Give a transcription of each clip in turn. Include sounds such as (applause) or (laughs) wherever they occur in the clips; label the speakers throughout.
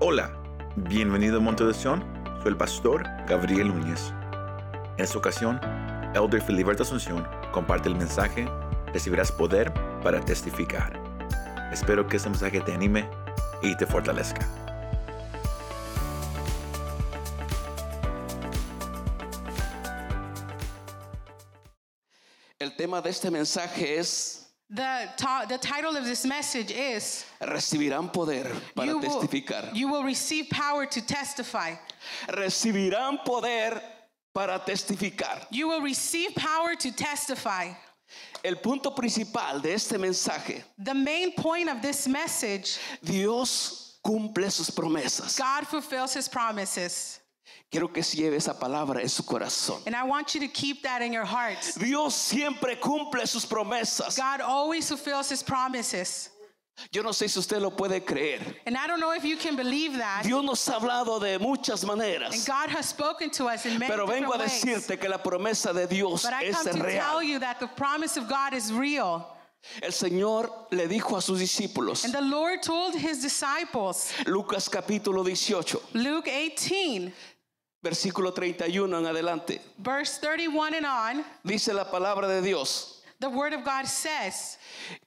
Speaker 1: Hola, bienvenido a Monte de Sion. Soy el pastor Gabriel Núñez. En esta ocasión, Elder Filiberto Asunción comparte el mensaje Recibirás poder para testificar. Espero que este mensaje te anime y te fortalezca.
Speaker 2: El tema de este mensaje es
Speaker 3: The, ta- the title of this message is
Speaker 2: recibirán poder para
Speaker 3: you will,
Speaker 2: testificar.
Speaker 3: you will receive power to testify.
Speaker 2: recibirán poder para testificar.
Speaker 3: You will receive power to testify.
Speaker 2: El punto principal de este mensaje,
Speaker 3: The main point of this message
Speaker 2: Dios cumple sus promesas.
Speaker 3: God fulfills his promises.
Speaker 2: Quiero que se lleve esa palabra en su corazón.
Speaker 3: And I want you to keep that in your heart.
Speaker 2: Dios siempre cumple sus promesas.
Speaker 3: God always fulfills his promises.
Speaker 2: Yo no sé si usted lo puede creer.
Speaker 3: And I don't know if you can believe that.
Speaker 2: Dios nos ha hablado de muchas
Speaker 3: And
Speaker 2: maneras,
Speaker 3: God has spoken to us in many
Speaker 2: pero vengo a
Speaker 3: different ways.
Speaker 2: decirte que la promesa de Dios
Speaker 3: But I
Speaker 2: es
Speaker 3: come to tell
Speaker 2: real.
Speaker 3: you that the promise of God is real.
Speaker 2: El Señor le dijo a sus discípulos,
Speaker 3: And the Lord told his disciples,
Speaker 2: Lucas capítulo 18,
Speaker 3: Luke 18,
Speaker 2: versículo 31 en adelante.
Speaker 3: verse 31 and on,
Speaker 2: Dice la palabra de Dios
Speaker 3: the word of God says,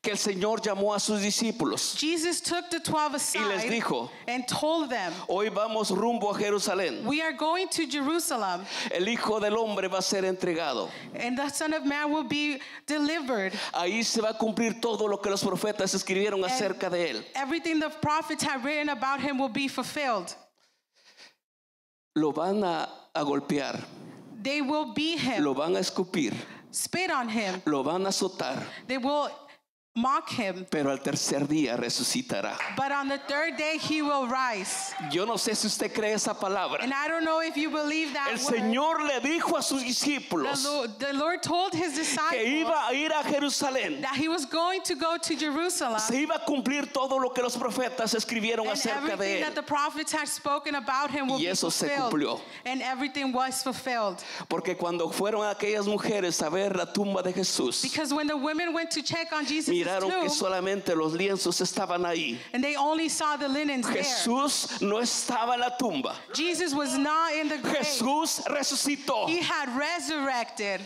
Speaker 2: que el Señor llamó a sus discípulos.
Speaker 3: Jesus took the 12
Speaker 2: Y les
Speaker 3: aside
Speaker 2: dijo,
Speaker 3: and told them,
Speaker 2: hoy vamos rumbo a Jerusalén.
Speaker 3: We are going to Jerusalem,
Speaker 2: El Hijo del Hombre va a ser entregado.
Speaker 3: and the Son of Man will be delivered.
Speaker 2: Ahí se va a cumplir todo lo que los profetas escribieron acerca de él.
Speaker 3: Everything the prophets have written about him will be fulfilled.
Speaker 2: Lo van a, a golpear,
Speaker 3: They will beat him,
Speaker 2: lo van a escupir,
Speaker 3: spit on him,
Speaker 2: lo van a azotar,
Speaker 3: they will mock him.
Speaker 2: pero al tercer día resucitará.
Speaker 3: But on the third day, he will rise.
Speaker 2: Yo no sé si usted cree esa palabra.
Speaker 3: And I don't know if you believe that.
Speaker 2: El
Speaker 3: word.
Speaker 2: Señor le dijo a sus
Speaker 3: The
Speaker 2: discípulos
Speaker 3: Lord, the Lord told his
Speaker 2: que
Speaker 3: disciples
Speaker 2: iba a ir a Jerusalén.
Speaker 3: that he was going to go to Jerusalem
Speaker 2: se iba a cumplir todo lo que los profetas escribieron
Speaker 3: and
Speaker 2: acerca
Speaker 3: everything
Speaker 2: de
Speaker 3: that the
Speaker 2: él,
Speaker 3: prophets had spoken about him will
Speaker 2: Y
Speaker 3: be
Speaker 2: eso se
Speaker 3: fulfilled.
Speaker 2: cumplió.
Speaker 3: And everything was fulfilled.
Speaker 2: porque cuando fueron aquellas mujeres a ver la tumba de Jesús,
Speaker 3: Because when the women went to check on Jesus'
Speaker 2: miraron que
Speaker 3: tomb,
Speaker 2: solamente los lienzos estaban ahí.
Speaker 3: and they only saw the linens there.
Speaker 2: Jesús no estaba en la tumba.
Speaker 3: Jesus was not in the grave.
Speaker 2: Jesús resucitó.
Speaker 3: He had resurrected.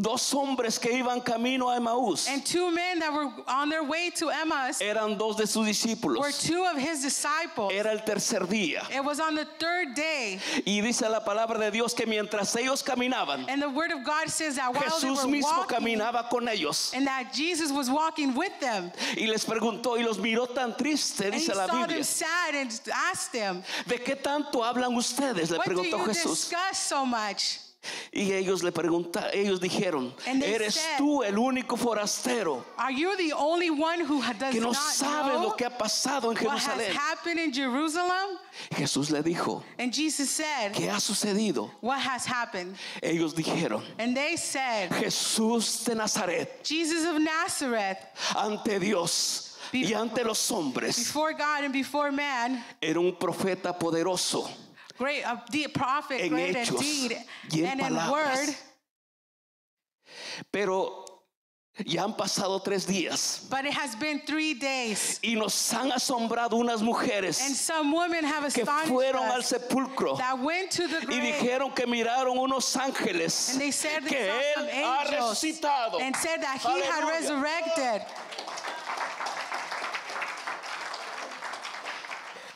Speaker 2: Dos hombres que iban camino a Emaús
Speaker 3: And two men that were on their way to Emmaus
Speaker 2: eran dos de sus
Speaker 3: were
Speaker 2: discípulos.
Speaker 3: two of his disciples.
Speaker 2: Era el tercer día.
Speaker 3: It was on the third day.
Speaker 2: Y dice la palabra de Dios que mientras ellos caminaban,
Speaker 3: And the word of God says that while
Speaker 2: Jesús
Speaker 3: they were
Speaker 2: mismo
Speaker 3: walking,
Speaker 2: caminaba con ellos.
Speaker 3: and that Jesus was walking with them.
Speaker 2: Y les preguntó y los miró tan triste,
Speaker 3: And he
Speaker 2: dice la
Speaker 3: saw
Speaker 2: Biblia.
Speaker 3: them sad and asked them,
Speaker 2: ¿De qué tanto hablan ustedes? Le
Speaker 3: What do
Speaker 2: preguntó
Speaker 3: you
Speaker 2: Jesús.
Speaker 3: discuss so much?
Speaker 2: Y ellos le preguntaron, ellos dijeron,
Speaker 3: And they
Speaker 2: eres
Speaker 3: said-
Speaker 2: tú el único forastero
Speaker 3: Are you the only one who ha- does
Speaker 2: que no
Speaker 3: not
Speaker 2: sabe
Speaker 3: know
Speaker 2: lo que ha pasado en
Speaker 3: what has
Speaker 2: Jerusalén.
Speaker 3: happened in Jerusalem?
Speaker 2: Jesús le dijo,
Speaker 3: And Jesus said,
Speaker 2: ¿qué ha sucedido?
Speaker 3: What has happened?
Speaker 2: Ellos dijeron,
Speaker 3: And they said,
Speaker 2: Jesús de Nazaret,
Speaker 3: Jesus of Nazareth,
Speaker 2: ante Dios y
Speaker 3: Before-
Speaker 2: ante los hombres,
Speaker 3: before God and before man,
Speaker 2: era un profeta poderoso
Speaker 3: great a deep prophet,
Speaker 2: en
Speaker 3: great in
Speaker 2: hechos
Speaker 3: deed
Speaker 2: y en
Speaker 3: and in word.
Speaker 2: palabras. Pero ya han pasado tres días
Speaker 3: But it has been three days,
Speaker 2: y nos han asombrado unas
Speaker 3: and
Speaker 2: mujeres
Speaker 3: some women have
Speaker 2: que
Speaker 3: astonished
Speaker 2: fueron al
Speaker 3: us
Speaker 2: sepulcro
Speaker 3: that went to the
Speaker 2: y
Speaker 3: grave
Speaker 2: dijeron que miraron unos ángeles
Speaker 3: And they said they
Speaker 2: que
Speaker 3: saw
Speaker 2: él ha
Speaker 3: some angels
Speaker 2: resucitado.
Speaker 3: and said that he
Speaker 2: Aleluya.
Speaker 3: had resurrected.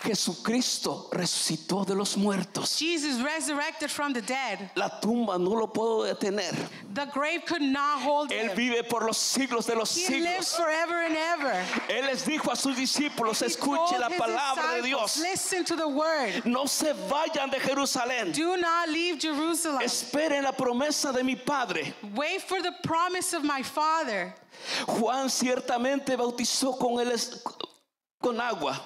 Speaker 2: Jesucristo resucitó de los muertos.
Speaker 3: Jesus resurrected from the dead.
Speaker 2: La tumba no lo puedo detener.
Speaker 3: The grave could not hold
Speaker 2: Él
Speaker 3: him.
Speaker 2: vive por los siglos de los
Speaker 3: He lives
Speaker 2: siglos.
Speaker 3: forever and ever.
Speaker 2: Él les dijo a sus discípulos,
Speaker 3: He
Speaker 2: escuche
Speaker 3: told
Speaker 2: la
Speaker 3: his
Speaker 2: palabra de
Speaker 3: disciples,
Speaker 2: Dios.
Speaker 3: Listen to the word.
Speaker 2: No se vayan de Jerusalén.
Speaker 3: Do not leave Jerusalem.
Speaker 2: Esperen la promesa de mi Padre.
Speaker 3: Wait for the promise of my Father.
Speaker 2: Juan ciertamente bautizó con él es- con agua,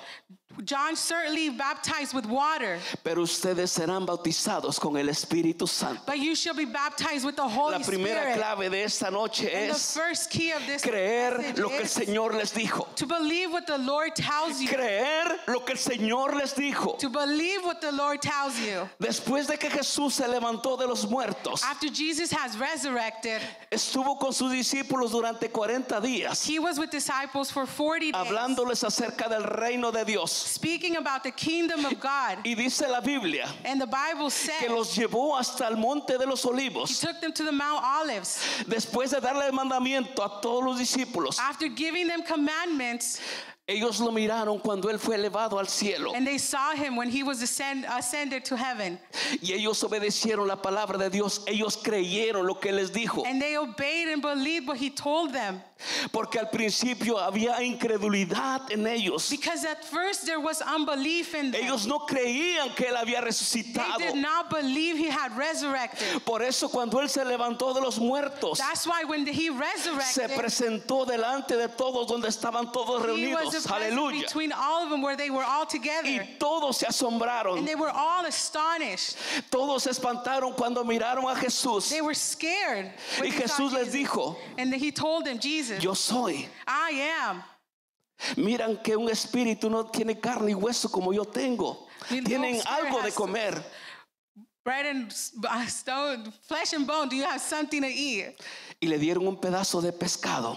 Speaker 3: John certainly baptized with water,
Speaker 2: pero ustedes serán bautizados con el Espíritu Santo.
Speaker 3: but you shall be baptized with the Holy
Speaker 2: La primera
Speaker 3: Spirit.
Speaker 2: clave de esta noche
Speaker 3: and the
Speaker 2: es
Speaker 3: first key of this
Speaker 2: creer
Speaker 3: message
Speaker 2: lo que el
Speaker 3: is
Speaker 2: Señor les dijo.
Speaker 3: to believe what the Lord tells you.
Speaker 2: Creer lo que el Señor les dijo.
Speaker 3: To believe what the Lord tells you.
Speaker 2: Después de que Jesús se levantó de los muertos,
Speaker 3: After Jesus has resurrected,
Speaker 2: estuvo con sus discípulos durante 40 días
Speaker 3: he was with disciples for 40 days
Speaker 2: hablándoles acerca del reino de Dios. Dios.
Speaker 3: speaking about the kingdom of God.
Speaker 2: Y dice la Biblia
Speaker 3: And the
Speaker 2: que
Speaker 3: Bible says
Speaker 2: los llevó hasta el monte de los
Speaker 3: he
Speaker 2: olivos
Speaker 3: took them to the Mount Olives.
Speaker 2: después de darle el mandamiento a todos los discípulos.
Speaker 3: After giving them commandments,
Speaker 2: Ellos lo miraron cuando él fue elevado al cielo
Speaker 3: and they saw him when he was ascend, ascended to heaven.
Speaker 2: y ellos obedecieron la palabra de Dios. Ellos creyeron lo que les dijo,
Speaker 3: And they obeyed and believed what he told them.
Speaker 2: porque al principio había incredulidad en ellos.
Speaker 3: Because at first there was unbelief in them.
Speaker 2: Ellos no creían que él había
Speaker 3: They
Speaker 2: resucitado.
Speaker 3: did not believe he had resurrected.
Speaker 2: Por eso cuando él se levantó de los muertos,
Speaker 3: That's why when he
Speaker 2: se
Speaker 3: resurrected,
Speaker 2: presentó delante de todos donde estaban todos
Speaker 3: he was
Speaker 2: reunidos.
Speaker 3: the presence
Speaker 2: Aleluya.
Speaker 3: between all of them where they were
Speaker 2: Y
Speaker 3: all together.
Speaker 2: todos se asombraron,
Speaker 3: And they were all astonished.
Speaker 2: todos se espantaron cuando miraron a Jesús.
Speaker 3: They were scared. when
Speaker 2: Y
Speaker 3: they saw
Speaker 2: Jesús les
Speaker 3: Jesus.
Speaker 2: dijo,
Speaker 3: And then he told them, Jesus,
Speaker 2: yo soy.
Speaker 3: I am.
Speaker 2: Miran que un espíritu no tiene carne y hueso como yo tengo.
Speaker 3: The
Speaker 2: Tienen
Speaker 3: Holy Spirit
Speaker 2: algo de
Speaker 3: has-
Speaker 2: comer.
Speaker 3: Bread and s- uh, (laughs) stone, flesh and bone, do you have something to eat?
Speaker 2: Y le dieron un pedazo de pescado.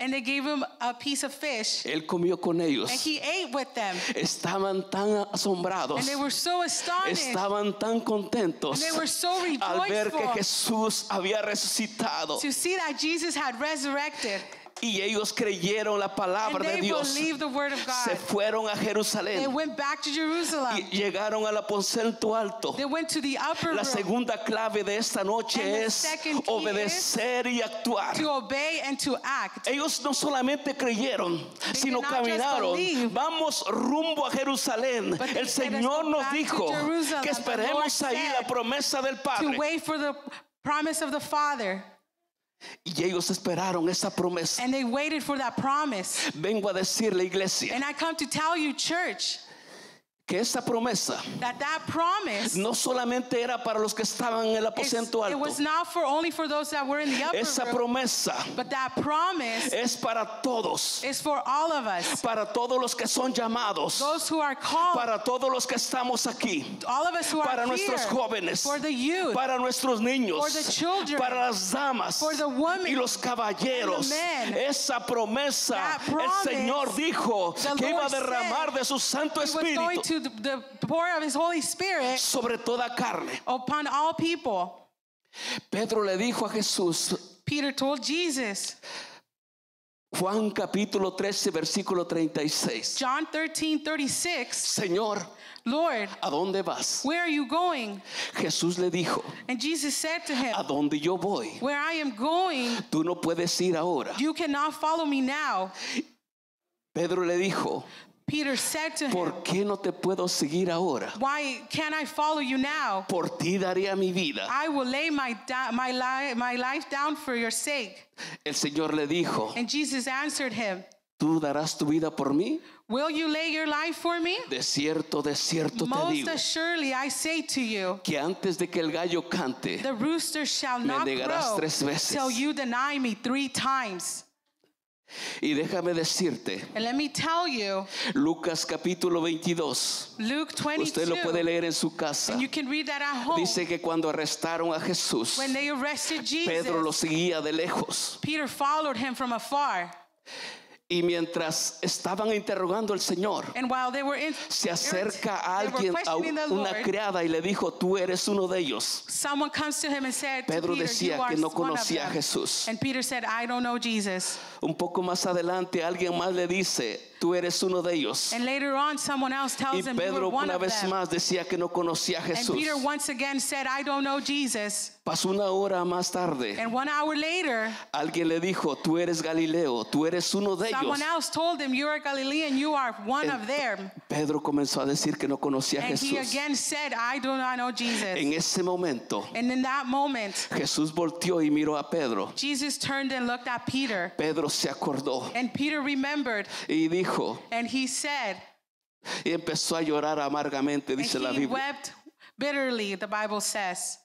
Speaker 3: And they gave him a piece of fish,
Speaker 2: Él comió con ellos.
Speaker 3: and he ate with them.
Speaker 2: Estaban tan asombrados.
Speaker 3: And they were so astonished.
Speaker 2: Estaban tan contentos
Speaker 3: And they were so
Speaker 2: al ver que
Speaker 3: rejoiceful.
Speaker 2: Jesús había resucitado.
Speaker 3: to see that Jesus had resurrected.
Speaker 2: Y ellos creyeron la
Speaker 3: And
Speaker 2: palabra de
Speaker 3: they
Speaker 2: Dios.
Speaker 3: believed the word of
Speaker 2: Se
Speaker 3: God.
Speaker 2: fueron a
Speaker 3: They
Speaker 2: Jerusalén
Speaker 3: went back to
Speaker 2: y
Speaker 3: Jerusalem.
Speaker 2: llegaron al aposento alto.
Speaker 3: They went to the upper
Speaker 2: La
Speaker 3: room
Speaker 2: segunda clave de esta
Speaker 3: And the
Speaker 2: noche es
Speaker 3: second key
Speaker 2: obedecer y actuar.
Speaker 3: to obey and to act.
Speaker 2: Ellos no solamente creyeron, sino
Speaker 3: did not just
Speaker 2: caminaron.
Speaker 3: believe.
Speaker 2: Vamos rumbo a Jerusalén.
Speaker 3: But they
Speaker 2: El
Speaker 3: said, "Let's
Speaker 2: Señor
Speaker 3: go
Speaker 2: nos
Speaker 3: back to
Speaker 2: dijo
Speaker 3: Jerusalem."
Speaker 2: que
Speaker 3: The Lord
Speaker 2: esperemos ahí la
Speaker 3: said
Speaker 2: promesa del
Speaker 3: To
Speaker 2: Padre.
Speaker 3: wait for the promise of the Father.
Speaker 2: Y ellos esperaron esa promesa.
Speaker 3: And they waited for that promise.
Speaker 2: Vengo a decirle, iglesia,
Speaker 3: And I come to tell you, church,
Speaker 2: que esa promesa
Speaker 3: that that promise,
Speaker 2: no solamente era para los que estaban en el
Speaker 3: is-
Speaker 2: aposento
Speaker 3: it was
Speaker 2: alto.
Speaker 3: not for only for those that were in the
Speaker 2: Esa
Speaker 3: upper room,
Speaker 2: promesa
Speaker 3: but that promise
Speaker 2: es para todos,
Speaker 3: is for all of us.
Speaker 2: para todos los que son llamados,
Speaker 3: Those who are called,
Speaker 2: para todos los que estamos aquí,
Speaker 3: all of us who
Speaker 2: para
Speaker 3: are here,
Speaker 2: nuestros jóvenes,
Speaker 3: for the youth,
Speaker 2: para nuestros
Speaker 3: for the
Speaker 2: niños,
Speaker 3: children,
Speaker 2: para las damas
Speaker 3: for the women
Speaker 2: y los caballeros.
Speaker 3: and the men.
Speaker 2: Esa promesa,
Speaker 3: That
Speaker 2: el
Speaker 3: promise
Speaker 2: Señor dijo
Speaker 3: the
Speaker 2: que iba a
Speaker 3: Lord said
Speaker 2: derramar de su Santo
Speaker 3: He was going
Speaker 2: Espíritu
Speaker 3: to the, the pour of his Holy Spirit
Speaker 2: sobre toda carne.
Speaker 3: upon all people.
Speaker 2: Pedro le dijo a Jesús,
Speaker 3: Peter told Jesus,
Speaker 2: Juan capítulo 13, versículo 36.
Speaker 3: John 13, 36,
Speaker 2: Señor,
Speaker 3: Lord,
Speaker 2: ¿a dónde vas?
Speaker 3: where are you going?
Speaker 2: Jesús le dijo,
Speaker 3: And Jesus said to him,
Speaker 2: ¿a dónde yo voy?
Speaker 3: Where I am going,
Speaker 2: Tú no puedes ir ahora.
Speaker 3: you cannot follow me now.
Speaker 2: Pedro le dijo,
Speaker 3: Peter said to him,
Speaker 2: ¿por qué no te puedo seguir ahora?
Speaker 3: Why can't I follow you now?
Speaker 2: Por ti daría mi vida.
Speaker 3: I will lay my, da- my, li- my life down for your sake.
Speaker 2: El Señor le dijo,
Speaker 3: And Jesus answered him,
Speaker 2: ¿tú darás tu vida por mí?
Speaker 3: Will you lay your life for me?
Speaker 2: De cierto, de cierto te
Speaker 3: Most
Speaker 2: digo,
Speaker 3: assuredly, I say to you,
Speaker 2: que antes de que el gallo cante,
Speaker 3: the rooster shall not
Speaker 2: negarás
Speaker 3: crow
Speaker 2: tres veces.
Speaker 3: till you deny me three times.
Speaker 2: y déjame decirte,
Speaker 3: And let me tell you,
Speaker 2: Lucas capítulo 22,
Speaker 3: Luke 22,
Speaker 2: usted lo puede leer en su casa.
Speaker 3: and you can read that at home.
Speaker 2: Dice que cuando arrestaron a Jesús,
Speaker 3: when they arrested Jesus,
Speaker 2: Pedro lo seguía de lejos.
Speaker 3: Peter followed him from afar.
Speaker 2: Y mientras estaban interrogando al Señor,
Speaker 3: And while they were in,
Speaker 2: se acerca a
Speaker 3: they were
Speaker 2: alguien, a
Speaker 3: questioning
Speaker 2: un-
Speaker 3: the
Speaker 2: una
Speaker 3: Lord,
Speaker 2: criada, y le dijo, tú eres uno de ellos.
Speaker 3: someone comes to him and said, to
Speaker 2: Pedro
Speaker 3: Peter,
Speaker 2: decía
Speaker 3: you are
Speaker 2: que no
Speaker 3: one of
Speaker 2: conocía a
Speaker 3: them."
Speaker 2: Jesús.
Speaker 3: And Peter said, I don't know Jesus.
Speaker 2: Un poco más adelante, alguien más le dice, tú eres uno de ellos.
Speaker 3: And later on, someone else
Speaker 2: Y
Speaker 3: tells him, you
Speaker 2: Pedro
Speaker 3: were one
Speaker 2: una
Speaker 3: of
Speaker 2: vez
Speaker 3: them.
Speaker 2: más decía que no conocía a
Speaker 3: And
Speaker 2: Jesús.
Speaker 3: Peter once again said, I don't know Jesus.
Speaker 2: Pasó una hora más tarde.
Speaker 3: And one hour later,
Speaker 2: Alguien le dijo, tú eres Galileo, tú eres uno de ellos.
Speaker 3: someone else told him, You are Galilean, you are one of them.
Speaker 2: Pedro comenzó a decir que no conocía (laughs) a
Speaker 3: And he
Speaker 2: Jesús.
Speaker 3: again said, I do not know Jesus.
Speaker 2: En ese momento,
Speaker 3: And in that moment,
Speaker 2: Jesús volteó y miró a Pedro.
Speaker 3: Jesus turned and looked at Peter.
Speaker 2: Pedro se acordó
Speaker 3: And Peter remembered,
Speaker 2: y dijo,
Speaker 3: and he said,
Speaker 2: y empezó a llorar amargamente,
Speaker 3: and
Speaker 2: dice la
Speaker 3: he
Speaker 2: Biblia.
Speaker 3: wept bitterly, the Bible says.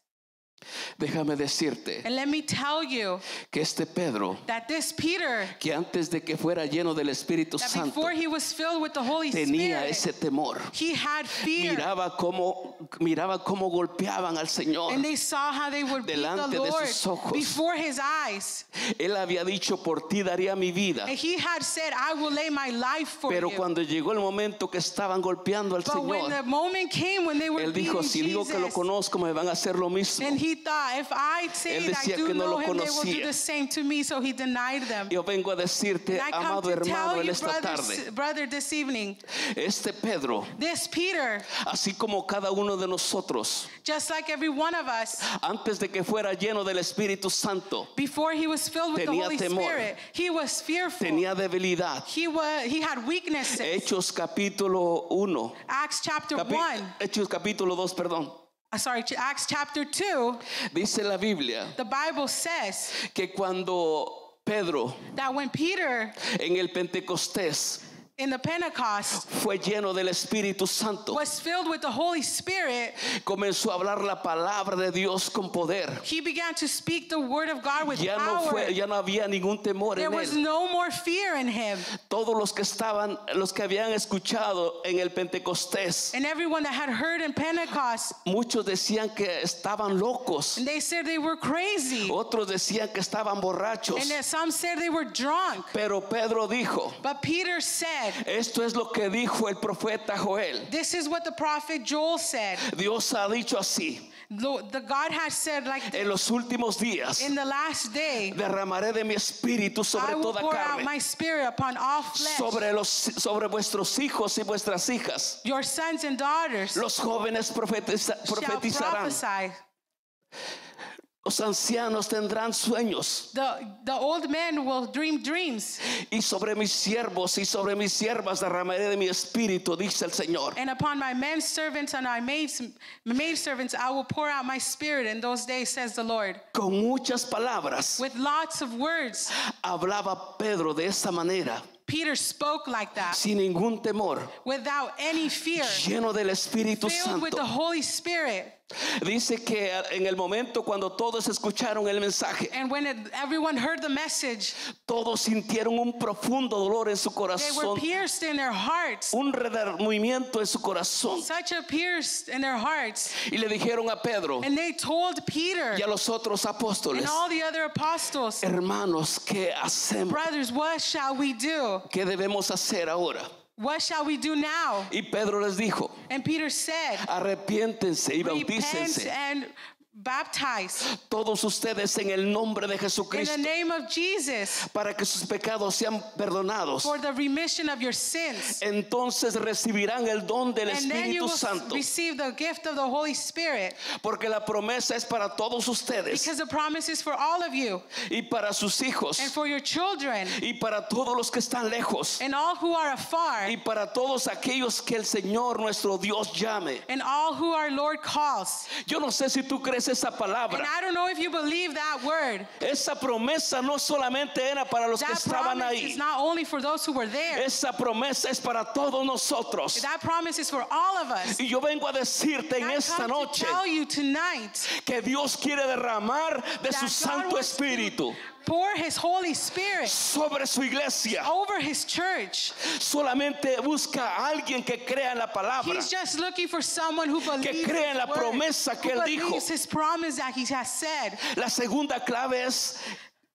Speaker 2: Déjame decirte
Speaker 3: And let me tell you
Speaker 2: que este Pedro,
Speaker 3: that this Peter,
Speaker 2: que antes de que fuera lleno del Espíritu
Speaker 3: that
Speaker 2: Santo,
Speaker 3: before he was filled with the Holy
Speaker 2: tenía
Speaker 3: Spirit,
Speaker 2: ese temor.
Speaker 3: he had fear.
Speaker 2: Miraba cómo, miraba cómo golpeaban al Señor.
Speaker 3: And they saw how they would beat the
Speaker 2: Delante de
Speaker 3: Lord
Speaker 2: sus ojos.
Speaker 3: before his eyes.
Speaker 2: Él había dicho, por ti daría mi vida.
Speaker 3: And he had said, I will lay my life for
Speaker 2: Pero
Speaker 3: you.
Speaker 2: cuando llegó el momento que estaban golpeando al
Speaker 3: but when the
Speaker 2: Señor,
Speaker 3: moment came when they were
Speaker 2: él dijo,
Speaker 3: beating
Speaker 2: si digo que lo
Speaker 3: Jesus,
Speaker 2: conozco, me van a hacer lo mismo.
Speaker 3: and he thought, if I say
Speaker 2: Él
Speaker 3: that I
Speaker 2: decía
Speaker 3: do
Speaker 2: que no
Speaker 3: know
Speaker 2: lo
Speaker 3: him, they will
Speaker 2: conocía.
Speaker 3: do the same to me. So he denied them.
Speaker 2: Yo vengo a decirte,
Speaker 3: and I come
Speaker 2: amado
Speaker 3: to
Speaker 2: hermano,
Speaker 3: tell
Speaker 2: en
Speaker 3: you,
Speaker 2: esta
Speaker 3: brothers, uh,
Speaker 2: tarde,
Speaker 3: brother, this evening,
Speaker 2: este Pedro,
Speaker 3: this Peter,
Speaker 2: así como cada uno de nosotros,
Speaker 3: just like every one of us,
Speaker 2: antes de que fuera lleno del Espíritu Santo,
Speaker 3: before he was filled with the
Speaker 2: Tenía
Speaker 3: Holy
Speaker 2: temor.
Speaker 3: Spirit, he was fearful.
Speaker 2: tenía Eh. debilidad.
Speaker 3: he was he had weaknesses.
Speaker 2: Hechos capítulo 1,
Speaker 3: Acts chapter
Speaker 2: capi-
Speaker 3: 1.
Speaker 2: Hechos capítulo 2, perdón.
Speaker 3: Uh, sorry, ch- Acts chapter 2,
Speaker 2: Dice la Biblia
Speaker 3: the Bible says
Speaker 2: que cuando Pedro
Speaker 3: that when Peter
Speaker 2: en el Pentecostés
Speaker 3: in the Pentecost
Speaker 2: fue lleno del Espíritu Santo.
Speaker 3: was filled with the Holy Spirit,
Speaker 2: Comenzó a hablar la palabra de Dios con poder.
Speaker 3: he began to speak the word of God with
Speaker 2: Ya no,
Speaker 3: power.
Speaker 2: fue, ya no había ningún temor
Speaker 3: there
Speaker 2: en
Speaker 3: was
Speaker 2: él.
Speaker 3: no more fear in him.
Speaker 2: Todos los que estaban, los que habían escuchado en el Pentecostés,
Speaker 3: And everyone that had heard in Pentecost,
Speaker 2: muchos decían que estaban locos,
Speaker 3: and they said they were crazy.
Speaker 2: otros decían que estaban borrachos.
Speaker 3: And that some said they were drunk.
Speaker 2: Pero Pedro dijo,
Speaker 3: But Peter said,
Speaker 2: esto es lo que dijo el profeta Joel.
Speaker 3: This is what the prophet Joel said.
Speaker 2: Dios ha dicho así,
Speaker 3: The, the God has said, like
Speaker 2: en los últimos días
Speaker 3: in the last day,
Speaker 2: derramaré de mi espíritu sobre
Speaker 3: I will
Speaker 2: toda
Speaker 3: pour out
Speaker 2: carne.
Speaker 3: my spirit upon all flesh.
Speaker 2: sobre, los, sobre vuestros hijos y vuestras hijas.
Speaker 3: Your sons and daughters
Speaker 2: Los jóvenes profetiza-
Speaker 3: shall
Speaker 2: profetizarán.
Speaker 3: prophesy.
Speaker 2: Los ancianos tendrán sueños.
Speaker 3: The, the old men will dream dreams,
Speaker 2: Y sobre mis siervos y sobre mis siervas derramaré de mi espíritu, dice el Señor.
Speaker 3: and upon my men servants and my maids, maidservants I will pour out my spirit in those days, says the Lord.
Speaker 2: Con muchas palabras
Speaker 3: With lots of words,
Speaker 2: hablaba Pedro de esa manera,
Speaker 3: Peter spoke like that,
Speaker 2: sin ningún temor,
Speaker 3: without any fear,
Speaker 2: lleno del Espíritu
Speaker 3: filled with the
Speaker 2: Santo.
Speaker 3: Holy Spirit.
Speaker 2: Dice que en el momento cuando todos escucharon el mensaje,
Speaker 3: And when it, everyone heard the message,
Speaker 2: todos sintieron un profundo dolor en su
Speaker 3: they were
Speaker 2: corazón,
Speaker 3: pierced in their hearts,
Speaker 2: un redarmuyamiento en su corazón.
Speaker 3: such a pierced in their hearts.
Speaker 2: Y le dijeron a Pedro
Speaker 3: And they told Peter
Speaker 2: y a los otros apóstoles,
Speaker 3: and all the other apostles,
Speaker 2: hermanos, ¿qué hacemos?
Speaker 3: Brothers, what shall we do?
Speaker 2: ¿Qué debemos hacer ahora?
Speaker 3: What shall we do now?
Speaker 2: Y Pedro les dijo,
Speaker 3: And Peter said,
Speaker 2: arrepiéntense y
Speaker 3: Repent
Speaker 2: bautícense
Speaker 3: and
Speaker 2: (gasps)
Speaker 3: baptize
Speaker 2: todos ustedes en el nombre de
Speaker 3: in the
Speaker 2: Jesucristo
Speaker 3: name of Jesus
Speaker 2: para que sus pecados sean perdonados.
Speaker 3: for the remission of your sins.
Speaker 2: Entonces recibirán el don del
Speaker 3: And then
Speaker 2: Espíritu
Speaker 3: you will
Speaker 2: Santo,
Speaker 3: receive the gift of the Holy Spirit
Speaker 2: porque la promesa es para todos ustedes
Speaker 3: because the promise is for all of you
Speaker 2: y para sus hijos
Speaker 3: and for your children
Speaker 2: y para todos los que están lejos
Speaker 3: and all who are afar
Speaker 2: y para todos aquellos que el Señor nuestro Dios llame.
Speaker 3: and all who our Lord calls.
Speaker 2: Yo no sé si tú crees esa
Speaker 3: And
Speaker 2: palabra.
Speaker 3: I don't know if you believe that word.
Speaker 2: Esa promesa no solamente era para los que
Speaker 3: That
Speaker 2: estaban
Speaker 3: promise is
Speaker 2: ahí.
Speaker 3: not only for those who were there,
Speaker 2: Esa promesa es para todos nosotros.
Speaker 3: that promise is for all of us.
Speaker 2: Y yo vengo a decirte en
Speaker 3: I
Speaker 2: esta
Speaker 3: come to
Speaker 2: noche
Speaker 3: tell you tonight
Speaker 2: que Dios quiere derramar de
Speaker 3: that
Speaker 2: su
Speaker 3: God
Speaker 2: Santo
Speaker 3: wants to
Speaker 2: Espíritu
Speaker 3: pour his Holy Spirit
Speaker 2: sobre su iglesia.
Speaker 3: over his church.
Speaker 2: Solamente busca a alguien que crea en la palabra.
Speaker 3: He's just looking for someone who believes
Speaker 2: crea en la
Speaker 3: his word,
Speaker 2: promesa que
Speaker 3: who
Speaker 2: él dijo.
Speaker 3: believes his promise that he has said.
Speaker 2: La segunda clave es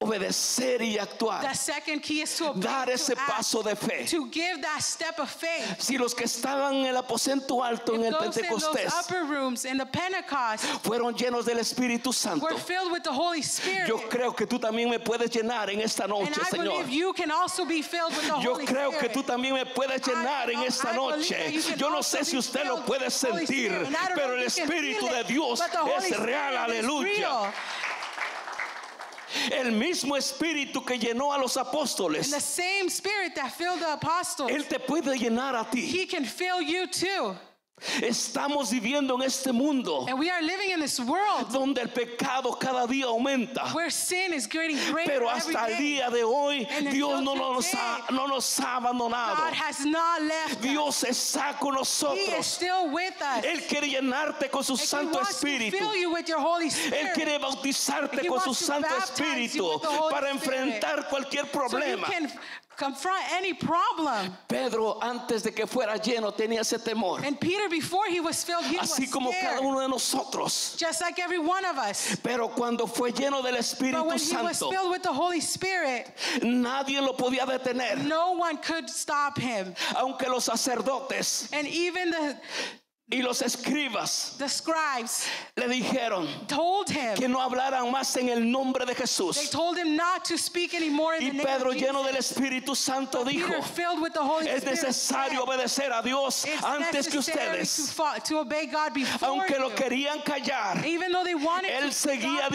Speaker 2: obedecer y
Speaker 3: The
Speaker 2: actuar.
Speaker 3: second key is to obey,
Speaker 2: Dar
Speaker 3: to
Speaker 2: ese
Speaker 3: act,
Speaker 2: paso de fe.
Speaker 3: to give that step of faith.
Speaker 2: Si los que estaban en el aposento alto en el
Speaker 3: Those in those
Speaker 2: Pentecostés
Speaker 3: upper rooms in the Pentecost
Speaker 2: fueron llenos del Espíritu Santo.
Speaker 3: were filled with the Holy Spirit.
Speaker 2: Yo creo que tú también me puedes llenar en esta
Speaker 3: and
Speaker 2: noche,
Speaker 3: I
Speaker 2: Señor.
Speaker 3: believe you can also be filled with the
Speaker 2: Yo
Speaker 3: Holy
Speaker 2: creo que
Speaker 3: Spirit.
Speaker 2: tú también me puedes llenar en
Speaker 3: I-
Speaker 2: esta
Speaker 3: I believe that
Speaker 2: noche.
Speaker 3: you can
Speaker 2: Yo no
Speaker 3: also
Speaker 2: sé
Speaker 3: be
Speaker 2: si usted lo
Speaker 3: filled
Speaker 2: puede
Speaker 3: with the Holy
Speaker 2: sentir,
Speaker 3: Spirit. And I don't
Speaker 2: pero
Speaker 3: know
Speaker 2: el
Speaker 3: if you can
Speaker 2: Espíritu
Speaker 3: feel
Speaker 2: de
Speaker 3: it,
Speaker 2: Dios
Speaker 3: but the Holy
Speaker 2: es real,
Speaker 3: Spirit is
Speaker 2: aleluya.
Speaker 3: real.
Speaker 2: El mismo Espíritu que llenó a los
Speaker 3: And the
Speaker 2: apóstoles,
Speaker 3: same spirit that filled the apostles,
Speaker 2: Él te puede llenar a ti.
Speaker 3: he can fill you too.
Speaker 2: Estamos viviendo en este mundo
Speaker 3: And we are living in this world
Speaker 2: donde el pecado cada día aumenta.
Speaker 3: where sin is getting greater
Speaker 2: Pero
Speaker 3: every
Speaker 2: hasta el
Speaker 3: day.
Speaker 2: día de hoy
Speaker 3: And
Speaker 2: Dios no
Speaker 3: until
Speaker 2: nos, ha,
Speaker 3: today,
Speaker 2: no nos ha abandonado.
Speaker 3: God has not left us.
Speaker 2: Dios está con
Speaker 3: He is
Speaker 2: nosotros.
Speaker 3: still with us.
Speaker 2: Él quiere llenarte con su
Speaker 3: If he
Speaker 2: Santo
Speaker 3: wants to
Speaker 2: Espíritu.
Speaker 3: fill you with your Holy
Speaker 2: Él
Speaker 3: Spirit.
Speaker 2: quiere bautizarte
Speaker 3: If he
Speaker 2: con su
Speaker 3: wants to
Speaker 2: Santo
Speaker 3: baptize you with
Speaker 2: Espíritu
Speaker 3: the Holy
Speaker 2: para
Speaker 3: Spirit.
Speaker 2: enfrentar cualquier
Speaker 3: so you
Speaker 2: problema.
Speaker 3: can confront any problem.
Speaker 2: Pedro antes de que fuera lleno tenía ese temor.
Speaker 3: And Peter, before he was filled, he was
Speaker 2: Así como
Speaker 3: scared,
Speaker 2: cada uno de nosotros.
Speaker 3: just like every one of us.
Speaker 2: Pero cuando fue lleno del
Speaker 3: But
Speaker 2: Espíritu
Speaker 3: when he was
Speaker 2: Santo,
Speaker 3: filled with the Holy Spirit,
Speaker 2: nadie lo podía detener.
Speaker 3: no one could stop him.
Speaker 2: Aunque los sacerdotes
Speaker 3: And even the,
Speaker 2: y los escribas
Speaker 3: the scribes
Speaker 2: le dijeron,
Speaker 3: told
Speaker 2: que
Speaker 3: him,
Speaker 2: no hablaran más en el nombre de
Speaker 3: they
Speaker 2: Jesús.
Speaker 3: told him not to speak anymore in
Speaker 2: Y
Speaker 3: the name of
Speaker 2: Pedro,
Speaker 3: Jesus.
Speaker 2: lleno del Espíritu Santo, dijo,
Speaker 3: Peter, filled with the Holy
Speaker 2: es
Speaker 3: Spirit,
Speaker 2: necesario
Speaker 3: said,
Speaker 2: obedecer a Dios
Speaker 3: "It's
Speaker 2: antes que
Speaker 3: necessary to,
Speaker 2: ustedes.
Speaker 3: fo- to obey God before
Speaker 2: Aunque lo
Speaker 3: you."
Speaker 2: querían callar,
Speaker 3: Even though they wanted
Speaker 2: él
Speaker 3: to stop
Speaker 2: seguía
Speaker 3: him,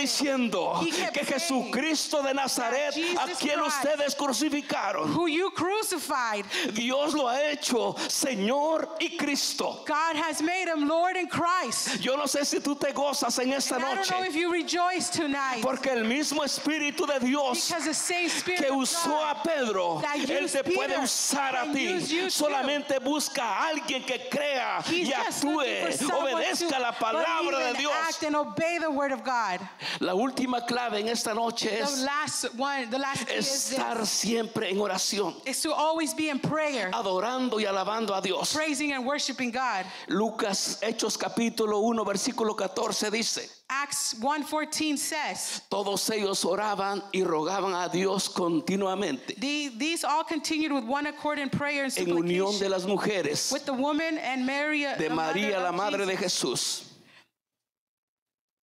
Speaker 2: diciendo
Speaker 3: He kept
Speaker 2: que
Speaker 3: saying
Speaker 2: Jesucristo de Nazaret, a
Speaker 3: Jesus
Speaker 2: quien
Speaker 3: Christ,
Speaker 2: ustedes crucificaron,
Speaker 3: who you crucified,
Speaker 2: Dios lo ha hecho Señor y Cristo.
Speaker 3: God has made him Lord in Christ.
Speaker 2: Yo no sé si tú te gozas en esta
Speaker 3: And I don't know
Speaker 2: noche,
Speaker 3: if you rejoice tonight
Speaker 2: porque el mismo Espíritu de Dios
Speaker 3: because the same Spirit
Speaker 2: que
Speaker 3: of
Speaker 2: usó
Speaker 3: God
Speaker 2: a Pedro,
Speaker 3: that
Speaker 2: Él
Speaker 3: used
Speaker 2: te puede
Speaker 3: Peter
Speaker 2: usar a
Speaker 3: can use
Speaker 2: ti.
Speaker 3: you
Speaker 2: Solamente busca a alguien que crea
Speaker 3: He's
Speaker 2: y
Speaker 3: just looking
Speaker 2: actúe,
Speaker 3: for someone
Speaker 2: obedezca
Speaker 3: to
Speaker 2: la palabra
Speaker 3: believe
Speaker 2: de
Speaker 3: and
Speaker 2: Dios.
Speaker 3: act and obey the word of God.
Speaker 2: La última clave en esta noche
Speaker 3: The
Speaker 2: es
Speaker 3: last one, the last key is,
Speaker 2: estar siempre en oración,
Speaker 3: this, is to always be in prayer,
Speaker 2: adorando y alabando a Dios.
Speaker 3: praising and worshiping God.
Speaker 2: Lucas, Hechos capítulo 1, versículo 14 dice,
Speaker 3: Acts 1:14 says,
Speaker 2: todos ellos oraban y rogaban a Dios continuamente
Speaker 3: "The- these all continued with one accord in prayer and
Speaker 2: en unión de
Speaker 3: supplication
Speaker 2: las mujeres,
Speaker 3: with the woman and Mary, uh,
Speaker 2: de
Speaker 3: the
Speaker 2: María, la
Speaker 3: of
Speaker 2: madre
Speaker 3: Jesus,
Speaker 2: de Jesús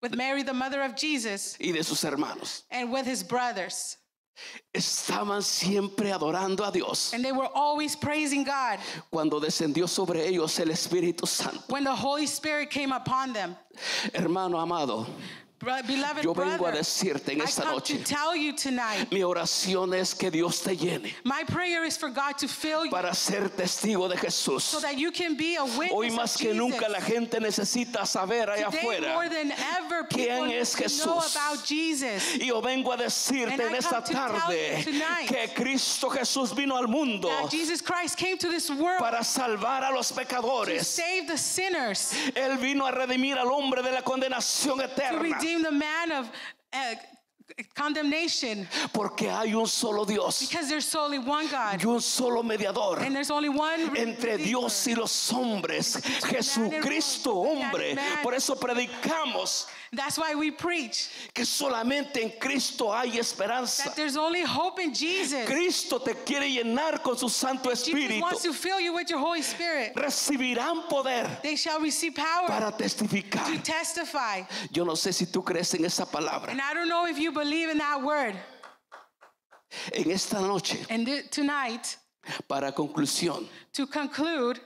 Speaker 3: with Mary, the mother of Jesus,
Speaker 2: y de sus hermanos.
Speaker 3: and with his brothers.
Speaker 2: estaban siempre adorando a Dios
Speaker 3: And they were always praising God
Speaker 2: cuando descendió sobre ellos el Espíritu Santo.
Speaker 3: when the Holy Spirit came upon them.
Speaker 2: Hermano amado,
Speaker 3: Bro- Beloved
Speaker 2: yo vengo a
Speaker 3: brother,
Speaker 2: decirte en
Speaker 3: I
Speaker 2: esta
Speaker 3: come
Speaker 2: noche,
Speaker 3: to tell you tonight.
Speaker 2: mi oración es que Dios te llene
Speaker 3: My prayer is for God to fill you
Speaker 2: para ser testigo de
Speaker 3: so
Speaker 2: Jesús.
Speaker 3: that you can be a witness
Speaker 2: Hoy
Speaker 3: of
Speaker 2: más que nunca
Speaker 3: Jesus.
Speaker 2: la gente necesita saber allá
Speaker 3: Today more
Speaker 2: afuera.
Speaker 3: than ever,
Speaker 2: ¿Quién
Speaker 3: people need
Speaker 2: es
Speaker 3: to know
Speaker 2: Jesús?
Speaker 3: about Jesus.
Speaker 2: Y yo vengo a decirte
Speaker 3: And I
Speaker 2: en esta
Speaker 3: come to tell
Speaker 2: tarde
Speaker 3: you tonight
Speaker 2: que Cristo Jesús vino al mundo
Speaker 3: That Jesus Christ came to this world
Speaker 2: para salvar a los
Speaker 3: to
Speaker 2: pecadores.
Speaker 3: save the sinners,
Speaker 2: Él vino a redimir al hombre de la condenación
Speaker 3: to
Speaker 2: eterna.
Speaker 3: redeem the man of uh, condemnation,
Speaker 2: Porque hay un solo Dios.
Speaker 3: because there's only one God
Speaker 2: y un solo mediador
Speaker 3: and there's only one
Speaker 2: entre
Speaker 3: Redeemer.
Speaker 2: Dios y los hombres, Jesucristo hombre. Por eso predicamos
Speaker 3: That's why we preach
Speaker 2: que solamente en Cristo hay esperanza.
Speaker 3: that there's only hope in Jesus.
Speaker 2: Cristo te quiere llenar con su Santo
Speaker 3: Jesus
Speaker 2: Espíritu.
Speaker 3: wants to fill you with your Holy Spirit.
Speaker 2: Recibirán poder
Speaker 3: They shall receive power
Speaker 2: para testificar.
Speaker 3: to testify.
Speaker 2: Yo no sé si tú crees en esa palabra.
Speaker 3: And I don't know if you believe in that word.
Speaker 2: En esta noche,
Speaker 3: And th- tonight,
Speaker 2: para conclusión,
Speaker 3: to conclude,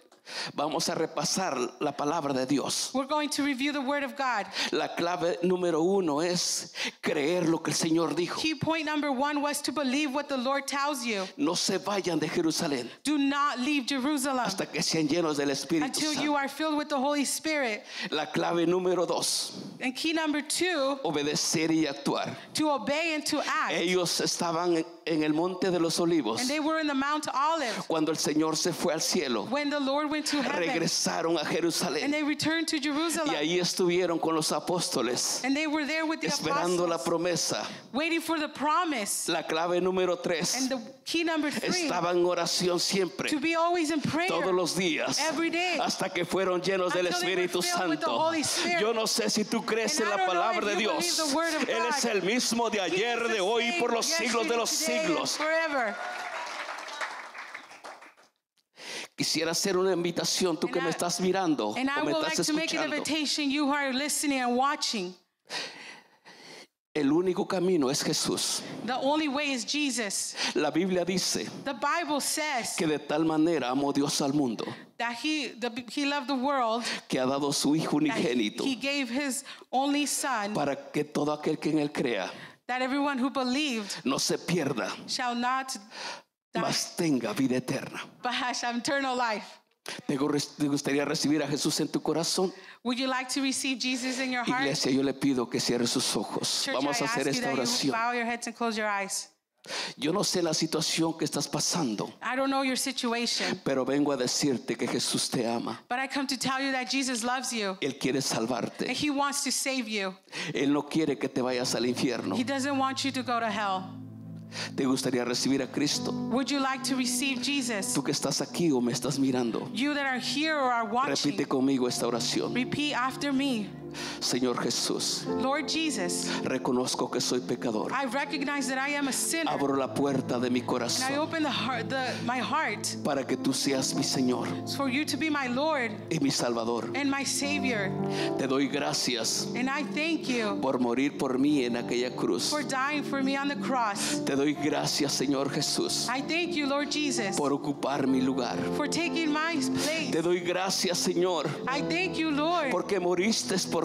Speaker 2: vamos a repasar la palabra de Dios.
Speaker 3: we're going to review the word of God.
Speaker 2: La clave número uno es creer lo que el Señor dijo.
Speaker 3: Key point number one was to believe what the Lord tells you.
Speaker 2: No se vayan de Jerusalén
Speaker 3: Do not leave Jerusalem
Speaker 2: hasta que sean llenos del Espíritu
Speaker 3: until you
Speaker 2: Santo.
Speaker 3: are filled with the Holy Spirit.
Speaker 2: La clave número dos,
Speaker 3: And key number two,
Speaker 2: obedecer y actuar.
Speaker 3: to obey and to act.
Speaker 2: Ellos estaban en- en el monte de los olivos
Speaker 3: And they were in the Mount Olive
Speaker 2: cuando el Señor se fue al cielo.
Speaker 3: when the Lord went to heaven.
Speaker 2: Regresaron a
Speaker 3: And
Speaker 2: Jerusalén
Speaker 3: they returned to
Speaker 2: y
Speaker 3: Jerusalem.
Speaker 2: ahí estuvieron con los apóstoles
Speaker 3: And they were there with the
Speaker 2: esperando la
Speaker 3: apostles,
Speaker 2: promesa.
Speaker 3: waiting for the promise.
Speaker 2: La clave número tres,
Speaker 3: And the key number three,
Speaker 2: estaban en oración
Speaker 3: to
Speaker 2: siempre,
Speaker 3: be always in prayer.
Speaker 2: todos los días,
Speaker 3: every day.
Speaker 2: hasta que fueron llenos del
Speaker 3: Until they were
Speaker 2: Espíritu
Speaker 3: filled with the
Speaker 2: Santo.
Speaker 3: Holy Spirit.
Speaker 2: Yo no sé si tú crees en
Speaker 3: And I
Speaker 2: la
Speaker 3: don't know
Speaker 2: palabra de
Speaker 3: if you
Speaker 2: Dios.
Speaker 3: believe the word of
Speaker 2: Él
Speaker 3: God.
Speaker 2: es el mismo de ayer,
Speaker 3: Jesus
Speaker 2: de
Speaker 3: is
Speaker 2: hoy y
Speaker 3: saying
Speaker 2: por los
Speaker 3: yesterday,
Speaker 2: siglos de los
Speaker 3: today, and
Speaker 2: siglos.
Speaker 3: Forever.
Speaker 2: Quisiera hacer una invitación, tú
Speaker 3: And
Speaker 2: que me
Speaker 3: I-
Speaker 2: estás mirando o
Speaker 3: And I
Speaker 2: me
Speaker 3: would like
Speaker 2: estás
Speaker 3: to make an
Speaker 2: escuchando.
Speaker 3: invitation, you who are listening and watching.
Speaker 2: El único camino es Jesús.
Speaker 3: The only way is Jesus.
Speaker 2: La Biblia dice
Speaker 3: The Bible says
Speaker 2: que de tal manera amó Dios al mundo
Speaker 3: that he, the, he loved the world,
Speaker 2: que ha dado su Hijo
Speaker 3: that he,
Speaker 2: unigénito
Speaker 3: he gave his only son,
Speaker 2: para que todo aquel que en él crea
Speaker 3: that everyone who believed
Speaker 2: no se pierda,
Speaker 3: shall not die, (laughs)
Speaker 2: mas tenga vida eterna.
Speaker 3: but has eternal life.
Speaker 2: ¿Te gu- te gustaría recibir a Jesús en tu corazón?
Speaker 3: Would you like to receive Jesus in your heart?
Speaker 2: Iglesia, yo le pido que cierre sus ojos.
Speaker 3: Church,
Speaker 2: Vamos
Speaker 3: I
Speaker 2: a hacer
Speaker 3: ask you
Speaker 2: esta
Speaker 3: that you
Speaker 2: oración.
Speaker 3: bow your heads and close your eyes.
Speaker 2: Yo no sé la situación que estás pasando,
Speaker 3: I don't know your situation,
Speaker 2: pero vengo a decirte que Jesús te ama.
Speaker 3: but I come to tell you that Jesus loves you
Speaker 2: Él quiere
Speaker 3: and
Speaker 2: salvarte.
Speaker 3: he wants to save you.
Speaker 2: Él no quiere que te vayas al infierno.
Speaker 3: He doesn't want you to go to hell.
Speaker 2: ¿Te gustaría recibir a Cristo?
Speaker 3: Would you like to receive Jesus?
Speaker 2: Tú que estás aquí o me estás mirando,
Speaker 3: You that are here or are watching,
Speaker 2: repite conmigo esta oración.
Speaker 3: repeat after me.
Speaker 2: Señor Jesús,
Speaker 3: Lord Jesus,
Speaker 2: reconozco que soy pecador.
Speaker 3: I recognize that I am a sinner.
Speaker 2: Abro la puerta de mi
Speaker 3: And I
Speaker 2: corazón
Speaker 3: open the heart, the, my heart
Speaker 2: para que tú seas mi Señor
Speaker 3: for you to be my Lord
Speaker 2: y mi Salvador.
Speaker 3: and my Savior.
Speaker 2: Te doy gracias
Speaker 3: And I thank you
Speaker 2: por morir por mí en aquella cruz.
Speaker 3: for dying for me on the cross.
Speaker 2: Te doy gracias, Señor Jesús,
Speaker 3: I thank you, Lord Jesus,
Speaker 2: por ocupar mi lugar.
Speaker 3: for taking my place.
Speaker 2: Te doy gracias, Señor,
Speaker 3: I thank you, Lord,
Speaker 2: porque moriste por mí.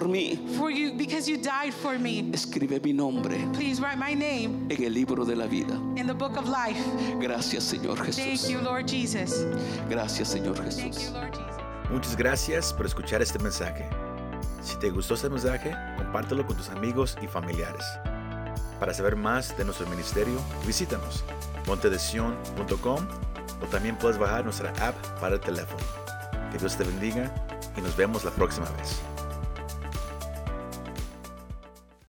Speaker 3: for you because you died for me.
Speaker 2: Escribe mi nombre
Speaker 3: Please write my name
Speaker 2: en el libro de la vida.
Speaker 3: in the book of life.
Speaker 2: Gracias, Señor
Speaker 3: Thank
Speaker 2: Jesús.
Speaker 3: you, Lord Jesus.
Speaker 2: Gracias, Señor
Speaker 3: Thank you,
Speaker 2: Jesús.
Speaker 3: Lord Jesus.
Speaker 1: Muchas gracias por escuchar este mensaje. Si te gustó este mensaje, compártelo con tus amigos y familiares. Para saber más de nuestro ministerio, visítanos montedesion.com o también puedes bajar nuestra app para el teléfono. Que Dios te bendiga y nos vemos la próxima vez.